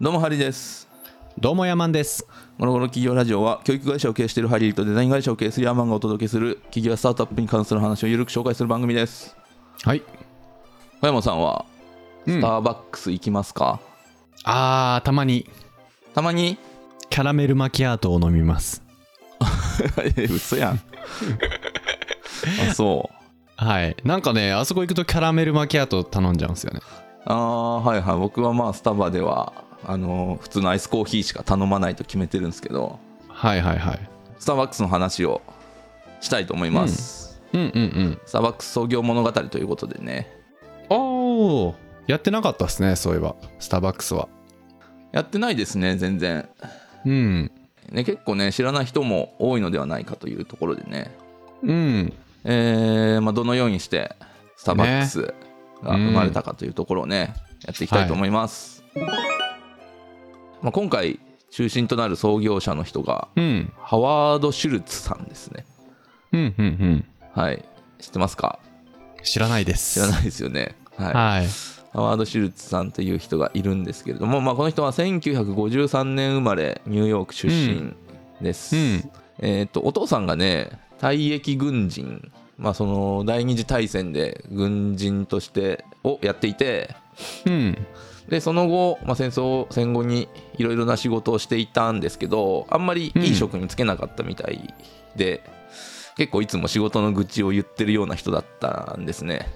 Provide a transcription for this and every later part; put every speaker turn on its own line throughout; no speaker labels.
どうもハリーです
どうもヤマンです。
ゴロゴロ企業ラジオは教育会社を経営しているハリーとデザイン会社を経営するヤーマンがお届けする企業やスタートアップに関する話をゆるく紹介する番組です
はい。
小山さんは
う
スタ
ん、あ
ーバックス行きますか、
あー、たまに
たま に
キャラメルマキアートを飲みます。
え嘘 やんあそう
はい。なんかね、あそこ行くとキャラメルマキアート頼んじゃうんですよね。
ああはいはい僕はまあスタバではあの普通のアイスコーヒーしか頼まないと決めてるんですけど
はいはいはい。
スターバックスの話をしたいと思います、
うんうんうん。
スターバックス創業物語ということでね
おー、やってなかったですね、そういえば。スターバックスは。
やってないですね全然
うん。
ね、結構ね知らない人も多いのではないかというところでね、
うん。
えーまあ、どのようにしてスターバックスが生まれたかというところをねやっていきたいと思います、まあ、今回中心となる創業者の人が
うん。
ハワード・シュルツさんですね
うんうんうん。
はい知ってますか
知らないです。
知らないですよねはい、
はい。
ハワード・シュルツさんという人がいるんですけれども、まあ、この人は1953年生まれニューヨーク出身です、
うん
えー、とお父さんがね退役軍人、まあ、その第二次大戦で軍人としてをやっていて
うん。
でその後、まあ、戦争戦後にいろいろな仕事をしていたんですけどあんまりいい職に就けなかったみたいで、結構いつも仕事の愚痴を言ってるような人だったんですね。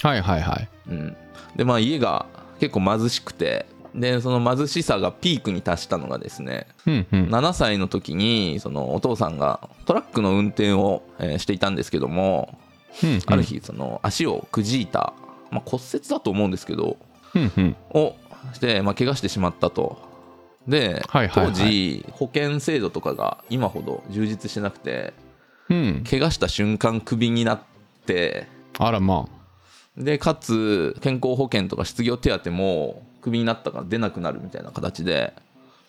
はいはいはい。
うん、でまあ家が結構貧しくてでその貧しさがピークに達したのがですね
うんうん。
7歳の時にそのお父さんがトラックの運転を、えーしていたんですけども
うん
ある。日その足をくじいた、まあ、骨折だと思うんですけど
うんうん。
をして、まあ、怪我してしまったと。で、
はいはいは
当
い
時保険制度とかが今ほど充実してなくて
うん。
怪我した瞬間クビになって
あらま
でかつ健康保険とか失業手当もクビになったから出なくなるみたいな形で
あ。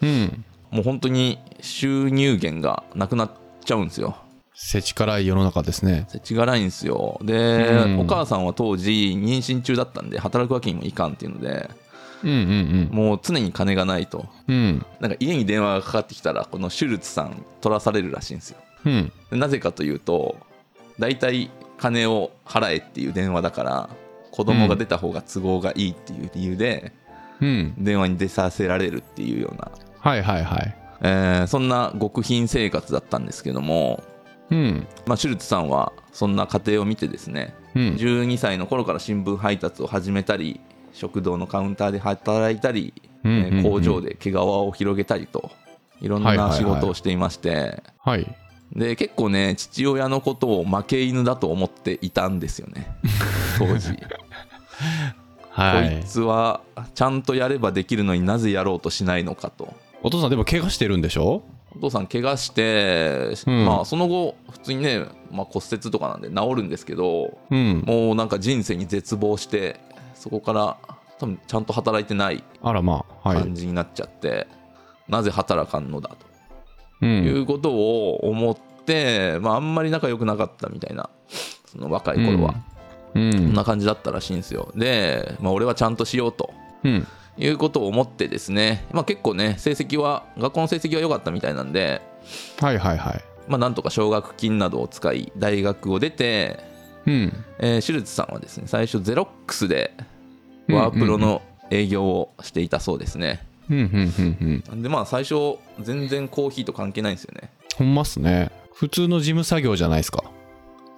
うん。
もう本当に収入源がなくなっちゃうんですよ
世知辛い世の中ですね。
世知辛いんですよで、
うん
お母さんは当時妊娠中だったんで働くわけにもいかんっていうので
うんうん
もう常に金がないと
うん。うん。
なんか家に電話がかかってきたらこのシュルツさん取らされるらしいんですよ
うん。
でなぜかというと大体金を払えっていう電話だから子供が出た方が都合がいいっていう理由で、
うん。
電話に出させられるっていうような、
はいはいはい。
えーそんな極貧生活だったんですけども、
うん。
まあ、シュルツさんはそんな家庭を見てですね
うん。
12歳の頃から新聞配達を始めたり食堂のカウンターで働いたり、
うん
えー
うんうん
工場で毛皮を広げたりといろん
はいはい
な
はい
仕事をしていまして、
はい。
で結構ね父親のことを負け犬だと思っていたんですよ ね当時。
は
こい
い。
つはちゃんとやればできるのになぜやろうとしないのかと。
お父さんでも怪我してるんでしょ
お父さん怪我して、
うん
まあその後普通にね、まあ、骨折とかなんで治るんですけど
うん。
もうなんか人生に絶望してそこから多分ちゃんと働いてない
あらまあ。はい
感。じになっちゃって、なぜ働かんのだ
う
とい
ん。
うことを思って、まああんまり仲良くなかったみたいなその若い頃は、
う
こん
ん。
な感じだったらしいんですよで、まあ、俺はちゃんとしようと
うん。
いうことを思ってですね、まあ、結構ね成績は学校の成績は良かったみたいなんで
はいはいはい。
まあ、なんとか奨学金などを使い大学を出て、
うん。
えー、シュルツさんはですね最初ゼロックスで
うん
ワープロの営業をしていたそうですね、
うんうんうんうん。
なんでまあ最初全然コーヒーと関係ないんですよね
ほんまっすね。普通の事務作業じゃないですか。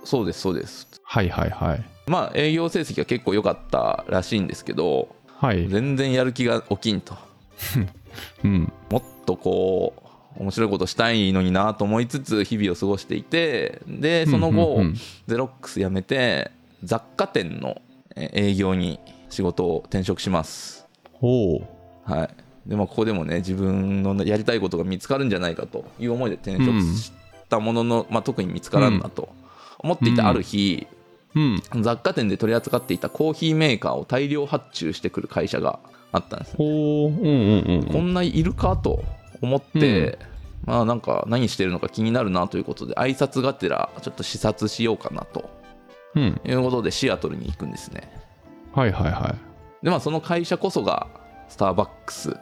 そうですそうです
はいはいはい。
まあ営業成績は結構良かったらしいんですけど
はい。
全然やる気が起きんと
うん。
もっとこう面白いことしたいのになと思いつつ日々を過ごしていてでその後、
うんうんうん
ゼロックス辞めて雑貨店のえー営業に仕事を転職します
おう。
はいでまあここでもね自分のやりたいことが見つかるんじゃないかという思いで転職したものの、まあ、特に見つからんなと思っていたある日、
うん。
雑貨店で取り扱っていたコーヒーメーカーを大量発注してくる会社があったんです
おう。うんうんうんう
こ
ん。
んないるかと思って、まあなんか何してるのか気になるなということで挨拶がてらちょっと視察しようかなと
うん。
いうことでシアトルに行くんですね
はいはいは
でまあその会社こそがスターバックス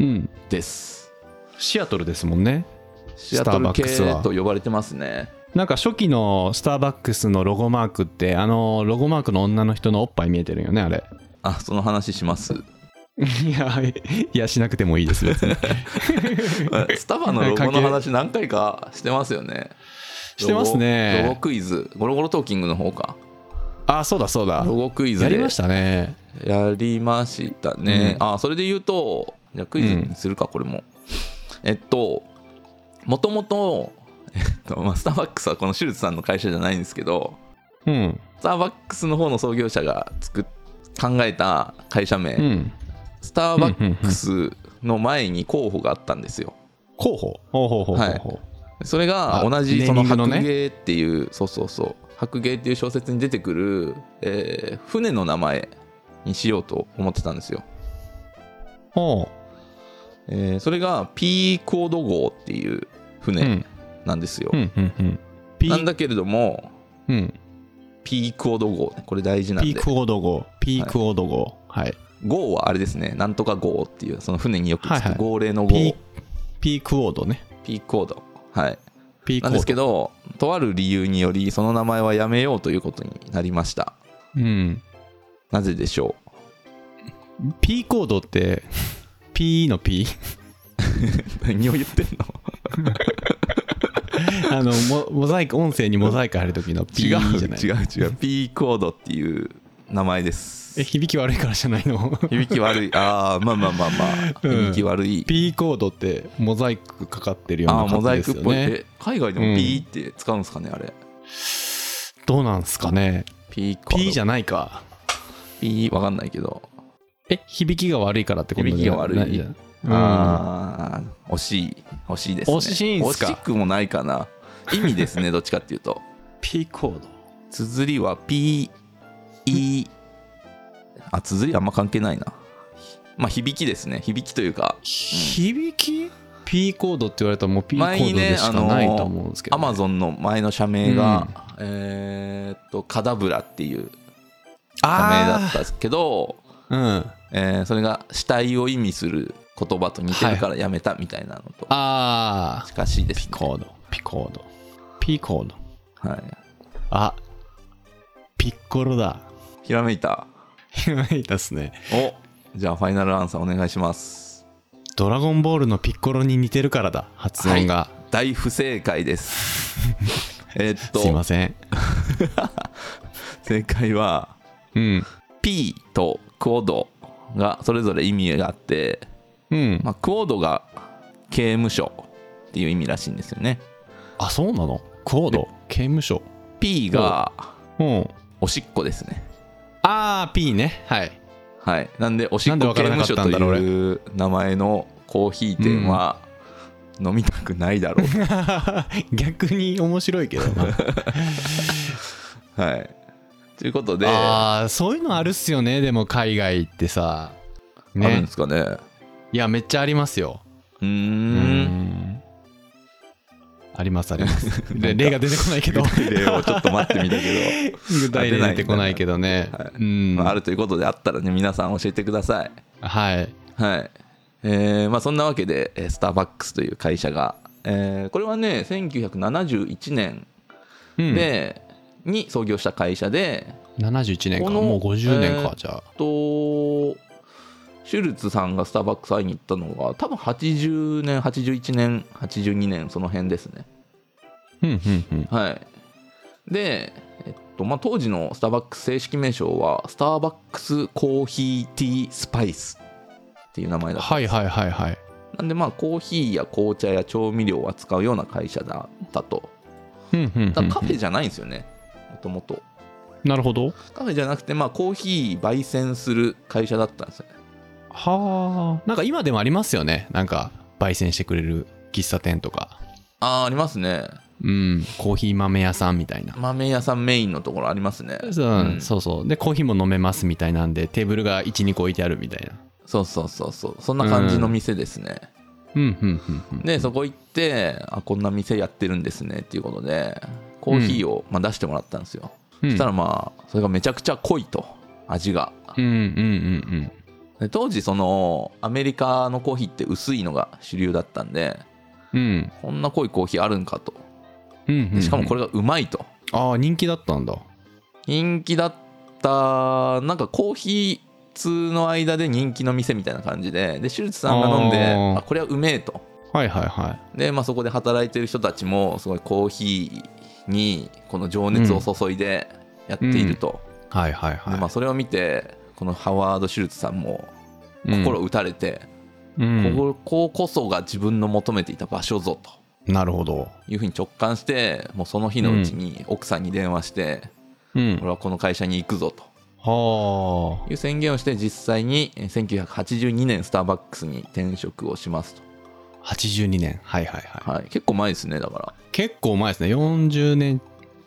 うん。
です
シアトルですもんね。
シアトル系
スターバックスは
と呼ばれてますね
なんか初期のスターバックスのロゴマークって、あのロゴマークの女の人のおっぱい見えてるよね、あれ。
あその話します
いや、いや、しなくてもいいです、別に。
スタバのロゴの話何回かしてますよね
してますね
ロゴロゴクイズゴロゴロトーキングの方か
あ、そうだそうだ。
ロゴクイズ
や
で
りましたね。
やりましたね。
う
あ、それで言うと、じゃあクイズにするか、これも。えっと、もともと、 えっとまあ、スターバックスはこのシュルツさんの会社じゃないんですけど、
うん。
スターバックスの方の創業者が作っ考えた会社名、
うん。
スターバックスの前に候補があったんですよ。
候補。ほうほうほうほうほう。
それが
あ
同じ
ネ
そ
ー
の
ミングの
白
ね
芸っていう、そうそうそう、白芸っていう小説に出てくる、えー船の名前にしようと思ってたんですよ。
ほ
えーそれが P コード号っていう
う。
船
ん。
なんですよ
う、ん。うん。うん。ピ
なんだけれども
うん。
P コード号ねこれ大事なん
ピ
で
ークオード号。ピークオード号。はい。
号はあれですねなんとか号っていうその船によく
はい
つ
はい
く号令の号、
ピー、ピークオードね。
P コードはい
ピーク
な
オ
んです
ー
け
ド。
どとある理由によりその名前はやめようということになりました
うん。
なぜでしょ
P コードって、P の P?
う 何を言ってんの
あの、モモザイク、音声にモザイク入る時の P じ
違
ゃ
う
ない。
違う違う P コードっていう名前です
え、響き悪いからじゃな いの
響き悪いああまあまあまあまあ、
うん
響き悪い
?P コードってモザイクかかってるよう
ああ
な
モザ
感
イク
じで
っ
すよ
ぽい、
ね。
え海外でもピーって使うんですかね、あれ
どうなんすかね
ピーか
?P じ
ゃ
ゃないか。
ピーわかんないけど、
え、響きが悪いからってこと
響きが悪い
ないじゃんうん。
ああ惜しい惜しいですね
惜しいんすか
惜しくもないかな意味です ねどっちかっていうと
P コード。
綴りは P E あ綴りあんま関係ないなまあ響きですね響きというか
響き ?P コードって言われたらもう P コ
前に
ード
ね
でしかないと思うんですけど、
アマゾンの前の社名が、えーっとカダブラっていう
社
社名だったんですけど
た。うん。
えーそれが死体を意味する言葉と似てるからやめたみたいなのと
あー。
近しいです
ピ
ね、
コード。ピコード。P コード。
はい、
あ、ピッコロだ。
ひらめいた
ひらめいたっすね。
おじゃあファイナルアンサーお願いします
ドラゴンボールのピッコロに似てるからだ。発音が。
大不正解です えっと
すいません。
正解は
うん。
P とクオドがそれぞれ意味があって、
うん。
まあ、クオドが刑務所っていう意味らしいんですよね
あ、そうなのクオード。刑務所。
P が
うん。
おしっこですね
あー、P ね。はい。
はい、なんでおしっ
なんで
こ
わ
刑
からな
務
か
所
った
と
んだろう
いう名前のコーヒー店は飲みたくないだろう、
逆に面白いけど な。
はいということであ
あー、そういうのあるっすよね。でも海外ってさ。
るん
ね
で。すかねう
いや、めっちゃありますよ。
ー
うんん。ありますあり ます。で例が出てこないけど。
例をちょっと待ってみたけ
具体例出てこないけどね。
はい
うん
ど、。まあ、あるということであったらね皆さん教えてください
はい。
はいえーまあ、そんなわけでえースターバックスという会社が、えーこれはね1971年
うん、
で、に創業した会社で
71年か
この
もう50年
え
か、
ー
じゃあ
とシュルツさんがスターバックス会いに行ったのが多分80年81年82年その辺ですね
うんうんうん
はいで、えっとまあ、当時のスターバックス正式名称はスターバックスコーヒーティースパイスっていう名前だった
はいはいはいはい
なんでまあコーヒーや紅茶や調味料を扱うような会社だったと
うんうんうんうん
ただカフェじゃないんですよねもともと
なるほど
カフェじゃなくてまあコーヒー焙煎する会社だったんですよね
はあなんか今でもありますよねなんか焙煎してくれる喫茶店とか
ああありますね
うんコーヒー豆屋さんみたいな
豆屋さんメインのところありますね
そう,、
ん
そうそうでコーヒーも飲めますみたいなんでテーブルが12個置いてあるみたいな
そうそうそうそうそんな感じの店ですね、
うんうんうんうん
でそこ行ってあこんな店やってるんですねっていうことでコーヒーを、まあ、出してもらったんですよ、
うん
そしたらまあそれがめちゃくちゃ濃いと味が
うんうんうんうん
で当時そのアメリカのコーヒーって薄いのが主流だったんで
うん
こんな濃いコーヒーあるんかと
うんうんう
で
ん
しかもこれがうまいと
ああ人気だったんだ
人気だったなんかコーヒー通の間で人気の店みたいな感じででシュルツさんが飲んで
あー
あこれはうめえと
はいはいはい
で、まあ、そこで働いてる人たちもすごいコーヒーにこの情熱を注いでやっていると、
はいはいは
で
い、
まあ、それを見てこのハワード・シュルツさんも
うん
心打たれて、
うん
こここそが自分の求めていた場所ぞと
なるほど
いうふうに直感してもうその日のうちに奥さんに電話して、
うん
俺はこの会社に行くぞと
は
いう宣言をして実際にえー1982年スターバックスに転職をしますと、
あ82年はいはいはい
はい、結構前ですねだから
結構前ですね40年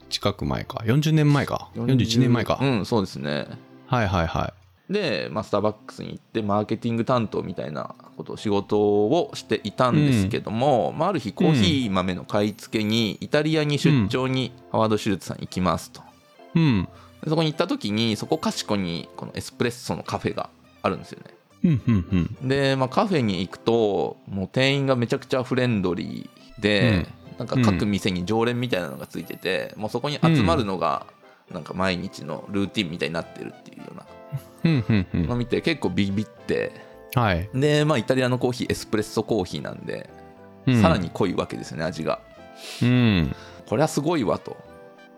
近く前か40年前か41年前か、
うんそうですね
はいはいは
で、まあ、スターバックスに行ってマーケティング担当みたいなことを仕事をしていたんですけども、まあ、ある日コーヒー豆の買い付けにイタリアに出張にハワード・シュルツさん行きますと
いうん
でそこに行った時にそこかしこにこのエスプレッソのカフェがあるんですよね
うんうんうん
で、まあ、カフェに行くともう店員がめちゃくちゃフレンドリーで、なんか各店に常連みたいなのがついてて、もうそこに集まるのがなんか毎日のルーティンみたいになってるっていうような
うんうんうん
のを見て結構ビビって
はい、
でまあイタリアのコーヒーエスプレッソコーヒーなんで、
うん
さらに濃いわけですよね味が
うん
これはすごいわと、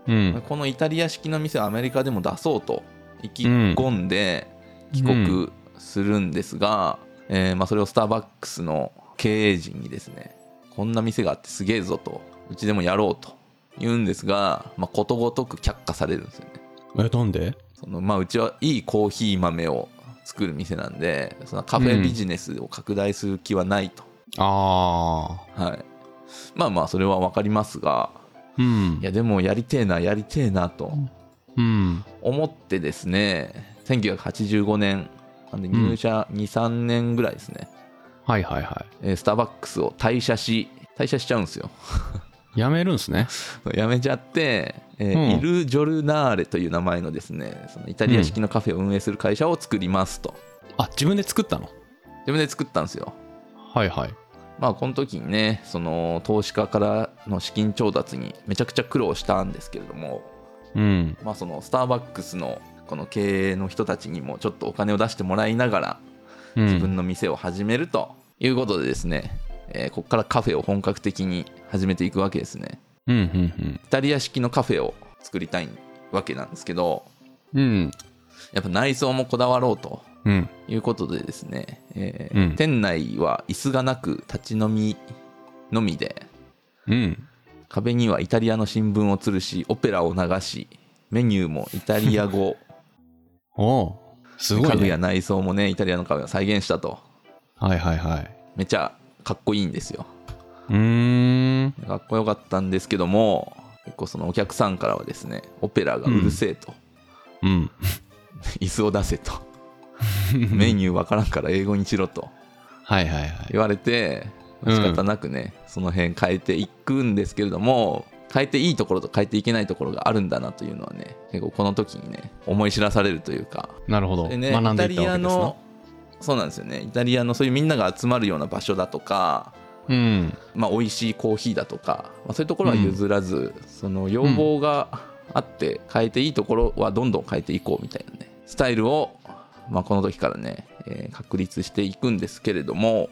うん
このイタリア式の店をアメリカでも出そうと意気込んで帰国するんですが、えーまあ、それをスターバックスの経営陣にですねこんな店があってすげえぞとうちでもやろうと言うんですが、まあ、ことごとく却下されるんですよね
えなんで
そのまあうちはいいコーヒー豆を作る店なんでそのカフェビジネスを拡大する気はないと、
あ
はい、まあまあそれは分かりますが
あう
い
ん
やでもやりてえなやりてえなと
うん
思ってですね1985年なんで入社23年ぐらいですね、
はいはいは
えースターバックスを退社し退社しちゃうんですよ
いやめるんすね
辞めちゃって、えー
うん
イル・ジョルナーレという名前のですねそのイタリア式のカフェを運営する会社を作りますと、
あ自分で作ったの
自分で作ったんですよ
はいはい
まあこの時にねその投資家からの資金調達にめちゃくちゃ苦労したんですけれども
うん
まあ、そのスターバックスのこの経営の人たちにもちょっとお金を出してもらいながら
うん
自分の店を始めるということでですね、えーここからカフェを本格的に始めていくわけですね
うんうん
イタリア式のカフェを作りたいわけなんですけど
うんうん
やっぱ内装もこだわろうと
うん
いうことでですね、えー
うん
店内は椅子がなく立ち飲みのみで
うん
壁にはイタリアの新聞を吊るしオペラを流しメニューもイタリア語
おう すご
家
い
具
ね
や内装もねイタリアの家具を再現したと
はいはいはい
めちゃかっこいいんですよ
うーん
かっこよかったんですけども結構そのお客さんからはですねオペラがうるせえと、
うん
椅子を出せと メニューわからんから英語にしろと
はいはいはい
言われてまあ仕方なくね、その辺変えていくんですけれども変えていいところと変えていけないところがあるんだなというのはね結構この時にね思い知らされるというか
なるほど
でね
学ん
イ
で
タ
いった
リ
わ
ア
けですな
のそうなんですよねイタリアのそういうみんなが集まるような場所だとか
うん
まあ、美味しいコーヒーだとか、まあ、そういうところは譲らず、その要望があって変えていいところはどんどん変えていこうみたいなねスタイルを、まあ、この時からね、えー確立していくんですけれども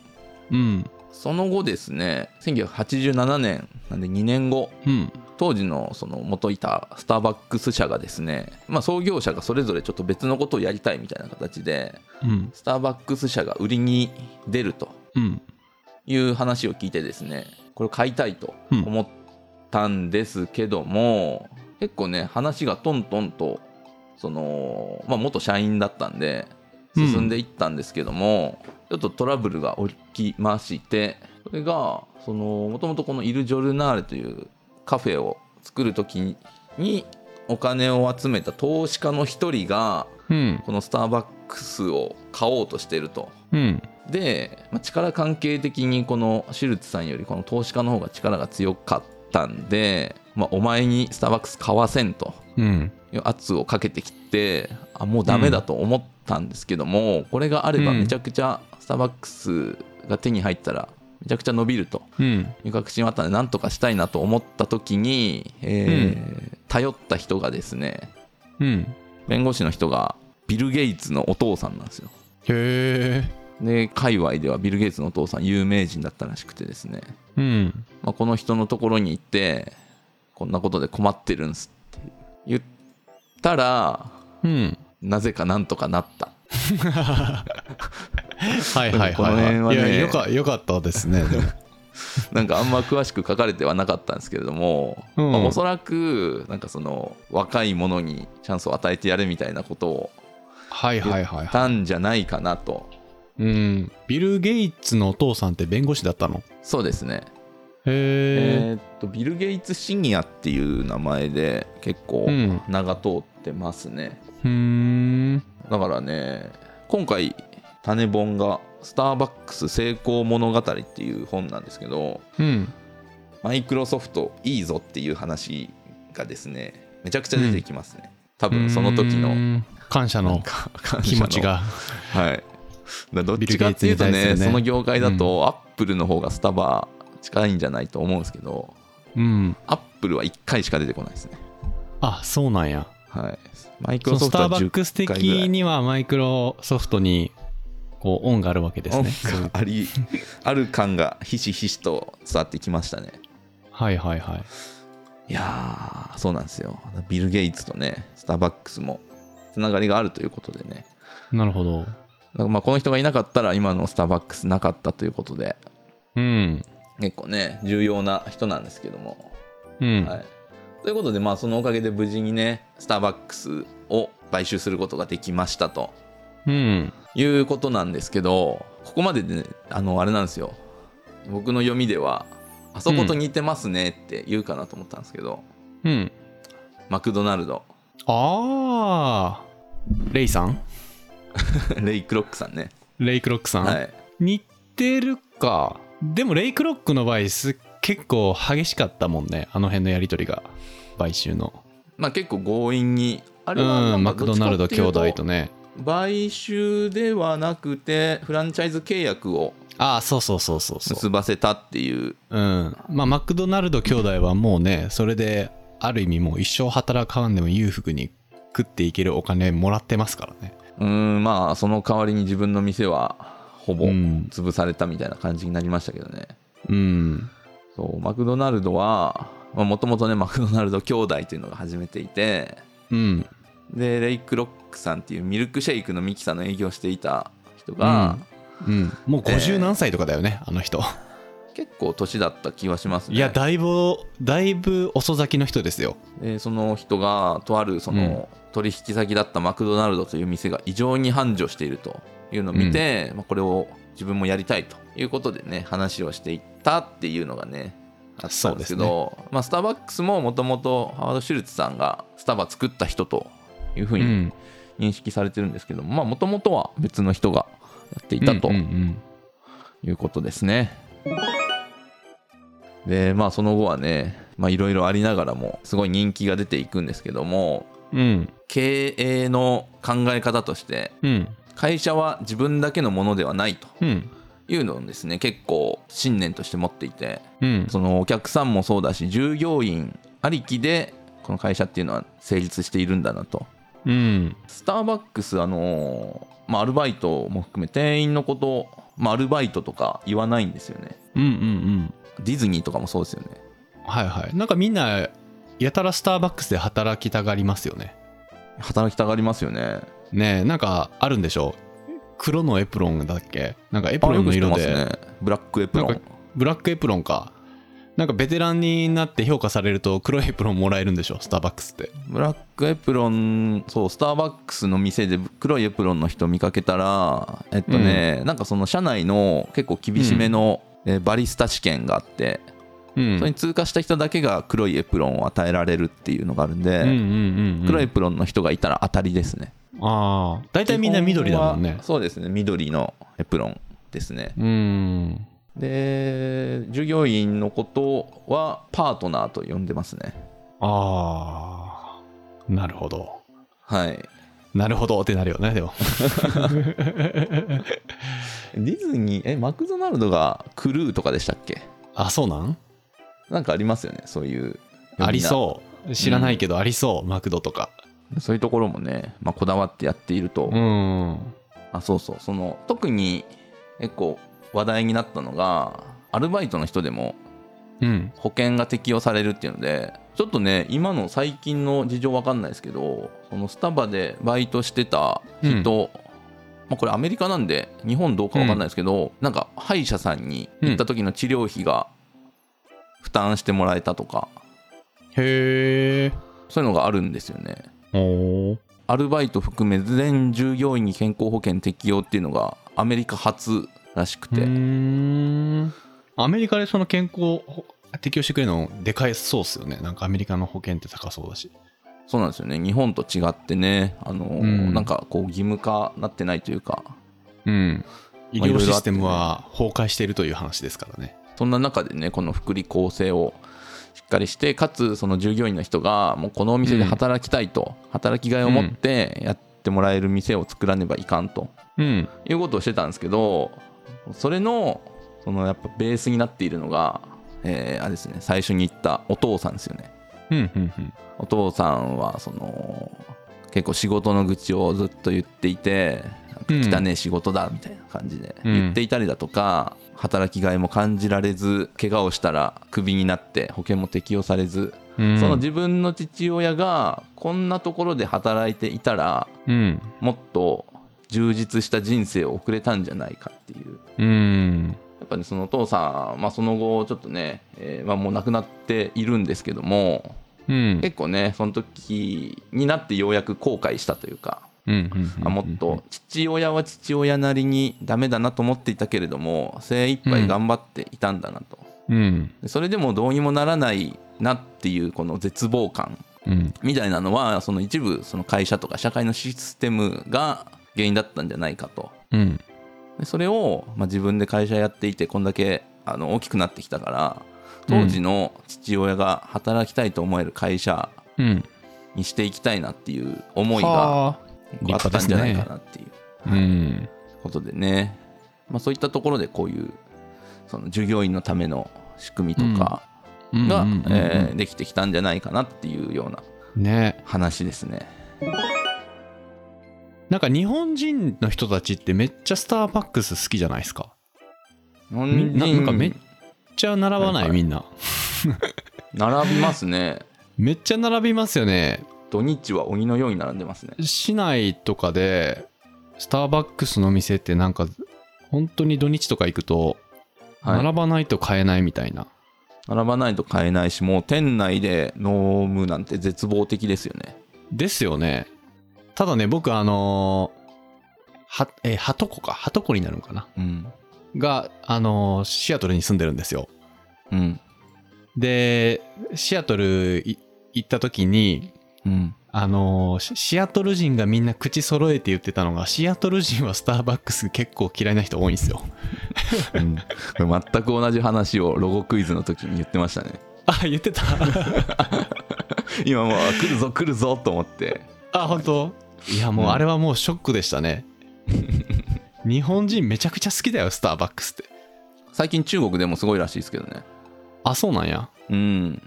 うん
その後ですね1987年なんで2年後
うん
当時のその元いたスターバックス社がですね、まあ、創業者がそれぞれちょっと別のことをやりたいみたいな形で
うん
スターバックス社が売りに出ると
うん
いう話を聞いてですねこれを買いたいと思ったんですけども、結構ね話がトントンとその、まあ、元社員だったんで
うん
進んでいったんですけども、ちょっとトラブルが起きましてそれがそのもともとこのイル・ジョルナーレというカフェを作る時にお金を集めた投資家の一人が
うん
このスターバックスを買おうとしてると
うん
で、まあ、力関係的にこのシュルツさんよりこの投資家の方が力が強かったんで、まあ、お前にスターバックス買わせんと
うん
いう圧をかけてきてあもうダメだと思っったんですけどもこれがあれば
うん
めちゃくちゃスターバックスが手に入ったらめちゃくちゃ伸びると
うん
いう確信はあったんでなんとかしたいなと思った時に、えー頼った人がですね
うん
弁護士の人がビル・ゲイツのお父さんなんですよ
へえ
で界隈ではビル・ゲイツのお父さん有名人だったらしくてですね、
うん
まあ、この人のところに行ってこんなことで困ってるんすって言ったら
うん
なぜかなんとかなった
はいはいはい、はい、
この辺はね
いやよかよかったです ねでも
なんかあんま詳しく書かれてはなかったんですけれども、
うん
まあおそらくなんかその若い者にチャンスを与えてやれみたいなことを
はいはいはい
言っ
は
たんじゃないかなと
いうんビル・ゲイツのお父さんって弁護士だったの
そうですねえ
へえ
ーっとビル・ゲイツシニアっていう名前で結構
うん
名が通ってますね、
ふーん
だからね今回種本が「スターバックス成功物語」っていう本なんですけど
うん
マイクロソフトいいぞっていう話がですねめちゃくちゃ出てきますね、多分その時
う
の
ん感謝の
感謝
気
の
持ちが
はいだどっちかっていうと
ビルゲイツに対す
ね
るね
その業界だとアップルの方がスタバ近いんじゃないと思うんですけど
うん
アップルは1回しか出てこないですね
あそうなんや
はいマイクロ
その
ソ
ス
フト
タ
は
ーバックス
10回ぐら
的
い
にはマイクロソフトにこう恩があるわけですね
音がありある感がひしひしと伝わってきましたね
はいはいはい
いやーそうなんですよビル・ゲイツとねスターバックスもつながりがあるということでね
なるほど
だからまあこの人がいなかったら今のスターバックスなかったということで
うん
結構ね重要な人なんですけども、
うん、
はい、ということでまあそのおかげで無事にねスターバックスを買収することができましたと
うん
いうことなんですけどここまでで、ね、あのあれなんですよ僕の読みではあそこと似てますねって言うかなと思ったんですけど、
うん
マクドナルド
ああレイさん
レイ・クロックさんね
レイクロックさん、
はい
似てるかでもレイクロックの場合す結構激しかったもんねあの辺のやり取りが買収の
まあ結構強引にあれは
うん
な
マ
んか
ク
どっ
ド
ち
ナ
か
ル
っ
ド
て
兄
いうと
弟とね
買収ではなくてフランチャイズ契約を
ああそうそうそうそうそう
結ばせたっていう
うん、まあマクドナルド兄弟はもうねそれである意味もう一生働かんでも裕福に食っていけるお金もらってますからね
うーんまあその代わりに自分の店はほぼ
うん
潰されたみたいな感じになりましたけどね、
うん
そうマクドナルドはもともとねマクドナルド兄弟というのが始めていて
うん
でレイクロックさんっていうミルクシェイクのミキさんの営業していた人が、
うんもう
ええ
50何歳とかだよね、あの人
結構年だった気はしますね
いやだいぶだいぶ遅咲きの人ですよ
でその人がとあるその取引先だったマクドナルドという店が異常に繁盛しているというのを見て、まあ、これを自分もやりたいということでね話をしていったっていうのがねあったんですけどまあ、スターバックスももともとハワード・シュルツさんがスタバ作った人というふう
う
に
ん
認識されてるんですけどもともとは別の人がやっていたと
うんうん
いうことですね。でまあその後はねまあいろいろありながらもすごい人気が出ていくんですけども
うんうん
経営の考え方として
うん
会社は自分だけのものではないと
うん
いうのをですね結構信念として持っていて
うん
そのお客さんもそうだし従業員ありきでこの会社っていうのは成立しているんだなと
うん
スターバックスあのーまあ、アルバイトも含め店員のことを、まあ、アルバイトとか言わないんですよね
うんうん
ディズニーとかもそうですよね
はいはいなんかみんなやたらスターバックスで働きたがりますよね
働きたがりますよね
ねえなんかあるんでしょ黒のエプロンだっけなんかエプ
あ
ロ
よ
ン
く知っ
の
て
色
ます
で、
ねブラックエプロ
なん
ン
かブラックエプロンかなんかベテランになって評価されると黒いエプロンもらえるんでしょスターバックスって
ブラックエプロンそうスターバックスの店で黒いエプロンの人見かけたらえっとね、なんかその社内の結構厳しめの、えーバリスタ試験があって、
うん
それに通過した人だけが黒いエプロンを与えられるっていうのがあるんで、
うんうんうんうん
黒いエプロンの人がいたら当たりですね
ああ大体みんな緑だもん
基本
ね
はそうですね緑のエプロンですね
うん
で従業員のことはパートナーと呼んでますね
ああなるほど
はい
なるほどってなるよね、でも。
ディズニー、え、マクドナルドがクルーとかでしたっけ
あ、そうなん
なんかありますよね、そういう。
ありそう。知らないけどありそう、マクドとか。
う。そういうところもね、まあ、こだわってやっていると、
うん。
あ、そうそう、その、特に結構話題になったのが、アルバイトの人でも
うん。
保険が適用されるっていうので、ちょっとね、今の最近の事情わかんないですけど、そのスタバでバイトしてた人、まあ、これアメリカなんで、日本どうかわかんないですけど、なんか歯医者さんに行った時の治療費が負担してもらえたとか、
へえ。
そういうのがあるんですよね。
おー
アルバイト含め全従業員に健康保険適用っていうのがアメリカ初らしく
う
て、
ーんアメリカでその健康保適用してくれるのでかいそうっすよねなんかアメリカの保険って高そうだし
そうなんですよね日本と違ってねあの、
ん
なんかこう義務化なってないというか
うん医
まあいろいろあ
療
って
システムは崩壊しているという話ですからね
そんな中でねこの福利厚生をしっかりしてかつその従業員の人がもうこのお店で働きたいと、働きがいを持ってやってもらえる店を作らねばいかんと
うん
いうことをしてたんですけどそれのそのやっぱベースになっているのが、えーあれですね最初に言ったお父さんですよね
うんうんうん
お父さんはその結構仕事の愚痴をずっと言っていてなんか汚ねえ仕事だみたいな感じで
うん
言っていたりだとか、働きがいも感じられず怪我をしたらクビになって保険も適用されず、
うん
その自分の父親がこんなところで働いていたら
うん
もっと充実した人生を送れたんじゃないかっていう
うん
やっぱねそのお父さん、まあ、その後ちょっとね、えーまあ、もう亡くなっているんですけども
うん
結構ねその時になってようやく後悔したというか、
うん
あもっと父親は父親なりにダメだなと思っていたけれども精一杯頑張っていたんだなと、
うん
でそれでもどうにもならないなっていうこの絶望感
うん
みたいなのはその一部その会社とか社会のシステムが原因だったんじゃないかと
うん
でそれを、まあ、自分で会社やっていてこんだけあの大きくなってきたから当時の父親が働きたいと思える会社
うん
にしていきたいなっていう思いが
は
あったんじゃないかなっていう
あうん
ことでね、まあ、そういったところでこういうその従業員のための仕組みとか
うん
が
うんうんうん
えーできてきたんじゃないかなっていうような
ね
話ですね。
なんか日本人の人たちってめっちゃスターバックス好きじゃないですかみんななんかめっちゃ並ばな
はい
い
はい
みんな
並びますね。
めっちゃ並びますよね
土日は鬼のように並んでますね。
市内とかでスターバックスの店ってなんか本当に土日とか行くと
はい
並ばないと買えないみたいな、
並ばないと買えないしもう店内で飲むなんて絶望的ですよね
ですよねただね僕あのーはえー、ハトコかハトコになるのかな
うん
があのーシアトルに住んでるんですよ
うん
でシアトルい行った時に
うん
あのーシシアトル人がみんな口揃えて言ってたのがシアトル人はスターバックス結構嫌いな人多いんですよ
こ れ全く同じ話をロゴクイズの時に言ってましたね
あ言ってた
今もうあ来るぞ来るぞと思って
あ本当いやもうあれはもうショックでし たね日本人めちゃくちゃ好きだよスターバックスって
最近中国でもすごいらしいですけどね
あそうなんや
うん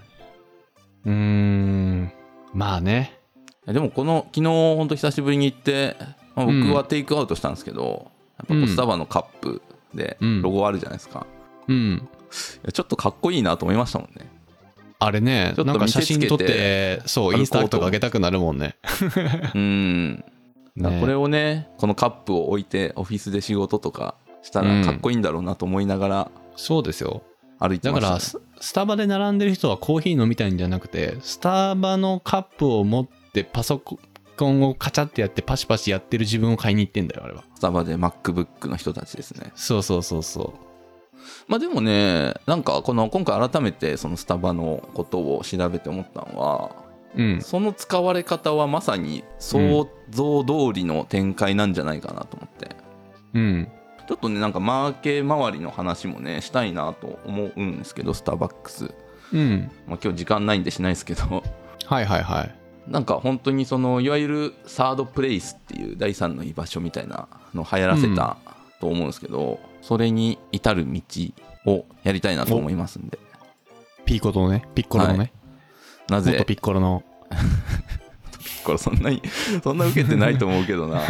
うーんまあね
でもこの昨日ほんと久しぶりに行って、まあ
うん
僕はテイクアウトしたんですけど、やっぱコスタバのカップで
うん
ロゴあるじゃないですか、
うん
いやちょっとかっこいいなと思いましたもんね
あれね
ちょっと
なんか
見
写
せつけて
真撮ってそ
歩こう
う
と
インスタとか上げたくなるもんね
うんだから
ね
これをねこのカップを置いてオフィスで仕事とかしたらかっこいいんだろうなと思いながら
そうですよ
歩いて
だか
ました、ね
らススタバで並んでる人はコーヒー飲みたいんじゃなくてスタバのカップを持ってパソコンをカチャってやってパシパシやってる自分を買いに行ってんだよあれは
スタバで MacBook の人たちですね
そうそうそうそ
まあでもねなんかこの今回改めてそのスタバのことを調べて思ったのは
ううん
その使われ方はまさに想像通りの展開なんじゃないかなと思って、
うん
ちょっとねなんかマーケ周りの話もねしたいなと思うんですけどスターバックス、
うん
まあ、今日時間ないんでしないですけど
はいはいはい
なんか本当にそのいわゆるサードプレイスっていう第三の居場所みたいなのを流行らせたと思うんですけど、それに至る道をやりたいなと思いますんで
ピーコとね、ピッコロの
は
ね、
な
元
ぜ
ピッコロの。
これそんな にそんな受けてないと思うけどな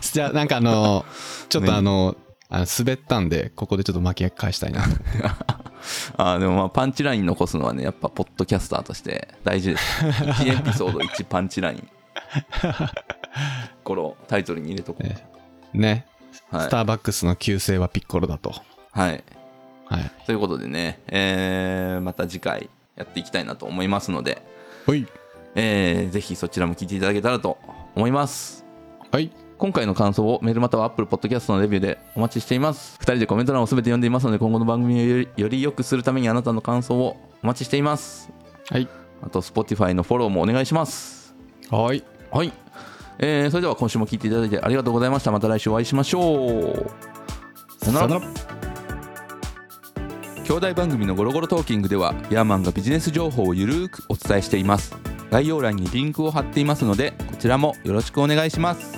じゃあ、なんかあの、ちょっとあの、あの滑ったんで、ここでちょっと巻き返したいな。
あーでもまあパンチライン残すのはねやっぱポッドキャスターとして大事です1エピソード1パンチラ インこのタイトルに入れとこ
ねね、
う、は
ス
い
ターバックスの旧姓はピッコロだと。
はい、
はい。
ということでね、えーまた次回やっていきたいなと思いますので
ほい。
えーぜひそちらも聞いていただけたらと思います。
はい。
今回の感想をメールまたは Apple Podcast のレビューでお待ちしています。2人でコメント欄を全て読んでいますので、今後の番組をよりより良くするためにあなたの感想をお待ちしています。
はい。
あと、Spotify のフォローもお願いします。
はい。
はい。えーそれでは今週も聞いていただいてありがとうございました。また来週お会いしましょう。さよなら。兄弟番組のゴロゴロトーキングではヤーマンがビジネス情報をゆるーくお伝えしています概要欄にリンクを貼っていますのでこちらもよろしくお願いします